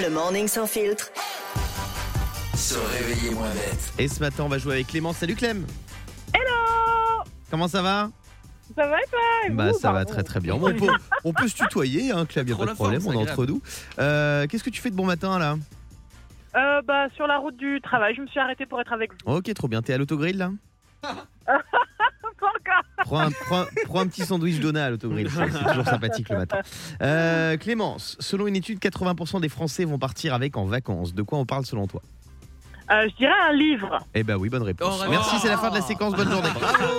Le morning sans filtre. Se réveiller moins bête. Et ce matin, on va jouer avec Clément. Salut Clem Hello Comment ça va Ça va et toi Et Bah vous, ça va pardon très très bien. On peut, on peut se tutoyer, hein, Clem, y a Trop pas de la problème, forme, on est c'est entre nous. Euh, Qu'est-ce que tu fais de bon matin là Euh, bah, Sur la route du travail, je me suis arrêtée pour être avec vous. Ok, trop bien. T'es à l'autogrill là Pas encore prends un, prends, prends un petit sandwich donat à l'autogrill. C'est c'est toujours sympathique le matin. Euh, Clémence, selon une étude, 80% des Français vont partir avec en vacances. De quoi on parle selon toi Euh, Je dirais un livre. Eh ben oui, bonne réponse. Oh, Merci, bravo. c'est la fin de la séquence. Bonne journée.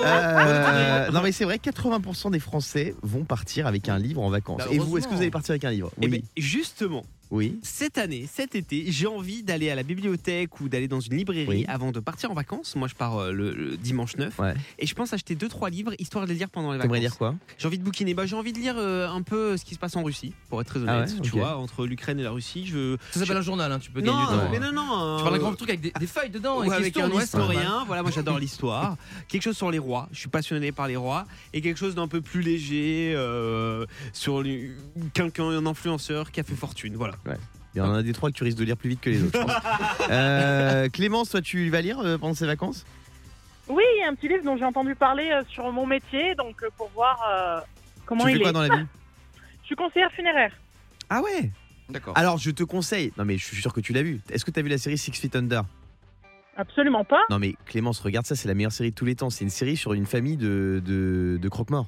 Euh, non mais c'est vrai, 80% des Français vont partir avec un livre en vacances. Bah, Et vous, est-ce que vous heureusement. allez partir avec un livre Eh ben, justement, oui. cette année, cet été, j'ai envie d'aller à la bibliothèque ou d'aller dans une librairie Oui. avant de partir en vacances. Moi, je pars euh, le, le dimanche 9 Ouais. et je pense acheter 2-3 livres histoire de les lire pendant les T'aimerais vacances. dire quoi J'ai envie de bouquiner. Bah, j'ai envie de lire euh, un peu ce qui se passe en Russie, pour être très Ah honnête. ouais, tu ok. vois, entre l'Ukraine et la Russie, je. Ça s'appelle un journal, hein, tu peux gagner non, du temps. mais hein. non, non. Tu parles euh, d'un grand truc avec des, des feuilles dedans ou et qui se avec un tournent, ouais, c'est pas mal. historien, voilà, moi j'adore l'histoire. quelque chose sur les rois, je suis passionné par les rois, et quelque chose d'un peu plus léger euh, sur les- quelqu'un, un influenceur qui a fait fortune, voilà. Il y en a des trois que tu risques de lire plus vite que les autres. je pense. Euh, Clémence, toi, tu vas lire euh, pendant ces vacances Oui, il y a un petit livre dont j'ai entendu parler euh, sur mon métier, donc euh, pour voir euh, comment Tu fais il quoi est. dans la vie Je suis conseillère funéraire. Ah ouais D'accord. Alors, je te conseille. Non, mais je suis sûr que tu l'as vu. Est-ce que tu as vu la série Six Feet Under Absolument pas. Non, mais Clémence, regarde ça, c'est la meilleure série de tous les temps. C'est une série sur une famille de, de, de croque-morts.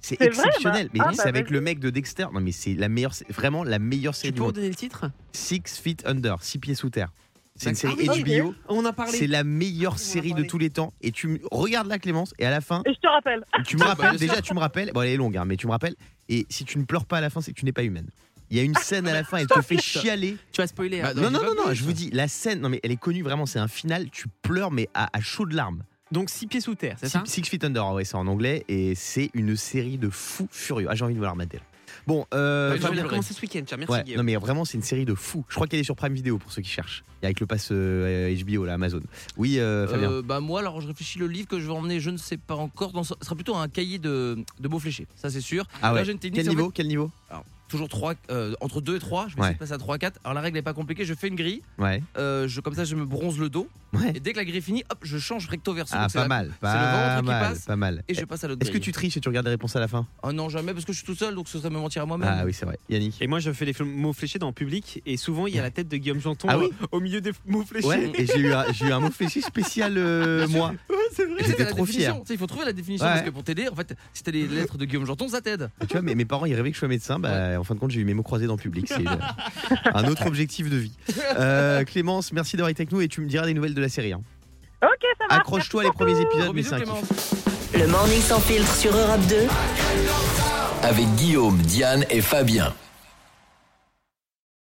C'est C'est vrai, exceptionnel. bah- mais ah, c'est bah, avec vas-y. le mec de Dexter. Non, mais c'est la meilleure, c'est vraiment la meilleure série Tu du peux monde. redonner le titre Six Feet Under, six pieds sous terre. C'est une série D'accord. Ah oui, HBO. On a C'est parlé. la meilleure série de parlé. tous les temps. Et tu me- regardes la Clémence, et à la fin, Et je te rappelle. tu me Ah, bah, rappelles, bien sûr. déjà tu me rappelles, bon elle est longue, hein, mais tu me rappelles, et si tu ne pleures pas à la fin, c'est que tu n'es pas humaine. Il y a une scène à la fin, elle te fait chialer. Tu vas spoiler. Bah, hein. non, non, j'ai non, pas non, non, vu, je ça. vous dis, la scène, non mais elle est connue vraiment, c'est un final, tu pleures mais à, à chaudes larmes. Donc six pieds sous terre, c'est Six, ça Six Feet Under, ouais, c'est en anglais, et c'est une série de fous furieux. Ah, j'ai envie de voir la remater. là. Bon, euh, Ah, Je Fabien vais la Fleury. commencer ce week-end, tiens, merci Ouais, Guillaume. non mais vraiment c'est une série de fous. Je crois qu'elle est sur Prime Video pour ceux qui cherchent. Et avec le pass euh, HBO là Amazon. Oui euh, Fabien. Euh, bah moi alors je réfléchis le livre que je vais emmener je ne sais pas encore dans ce ce sera plutôt un cahier de, de mots fléchés ça c'est sûr ah là, ouais. j'ai une technique, Quel c'est en niveau Quel niveau toujours 3 entre 2 et 3 je vais Ouais. essayer de passer à 3 4 alors la règle est pas compliquée je fais une grille Ouais. euh, je, comme ça je me bronze le dos Ouais. et dès que la grille est finie hop je change recto verso Ah donc c'est pas la- mal. le ventre Pas qui mal. passe. Pas mal. Eh, et je passe à l'autre Est-ce que grille. tu triches et tu regardes les réponses à la fin Ah bah non jamais parce que je suis tout seul donc ce serait me mentir à moi-même Ah oui c'est vrai. Yannick. Et moi, je fais les fl- mots fléchés dans le public, et souvent, il y a la tête de Guillaume Janton Ah oui euh, au milieu des f- mots fléchés. Ouais. Et j'ai eu un, j'ai eu un mot fléché spécial euh, moi. c'est vrai. Tu sais, J'étais t'as la trop définition, fier. tu sais, Il faut trouver la définition Ouais. parce que pour t'aider, en fait, si t'as les lettres de Guillaume Janton, ça t'aide. Tu vois mes, mes parents ils rêvaient que je sois médecin. Bah en fin de compte j'ai eu mes mots croisés dans le public. C'est euh, un autre objectif de vie. Euh, Clémence merci d'avoir été avec nous et tu me diras des nouvelles de la série. hein. Ok, ça marche. Accroche-toi les premiers épisodes Gros mais bisous, c'est un Clémence. kiff. Le morning sans filtre sur Europe 2. Avec Guillaume, Diane et Fabien.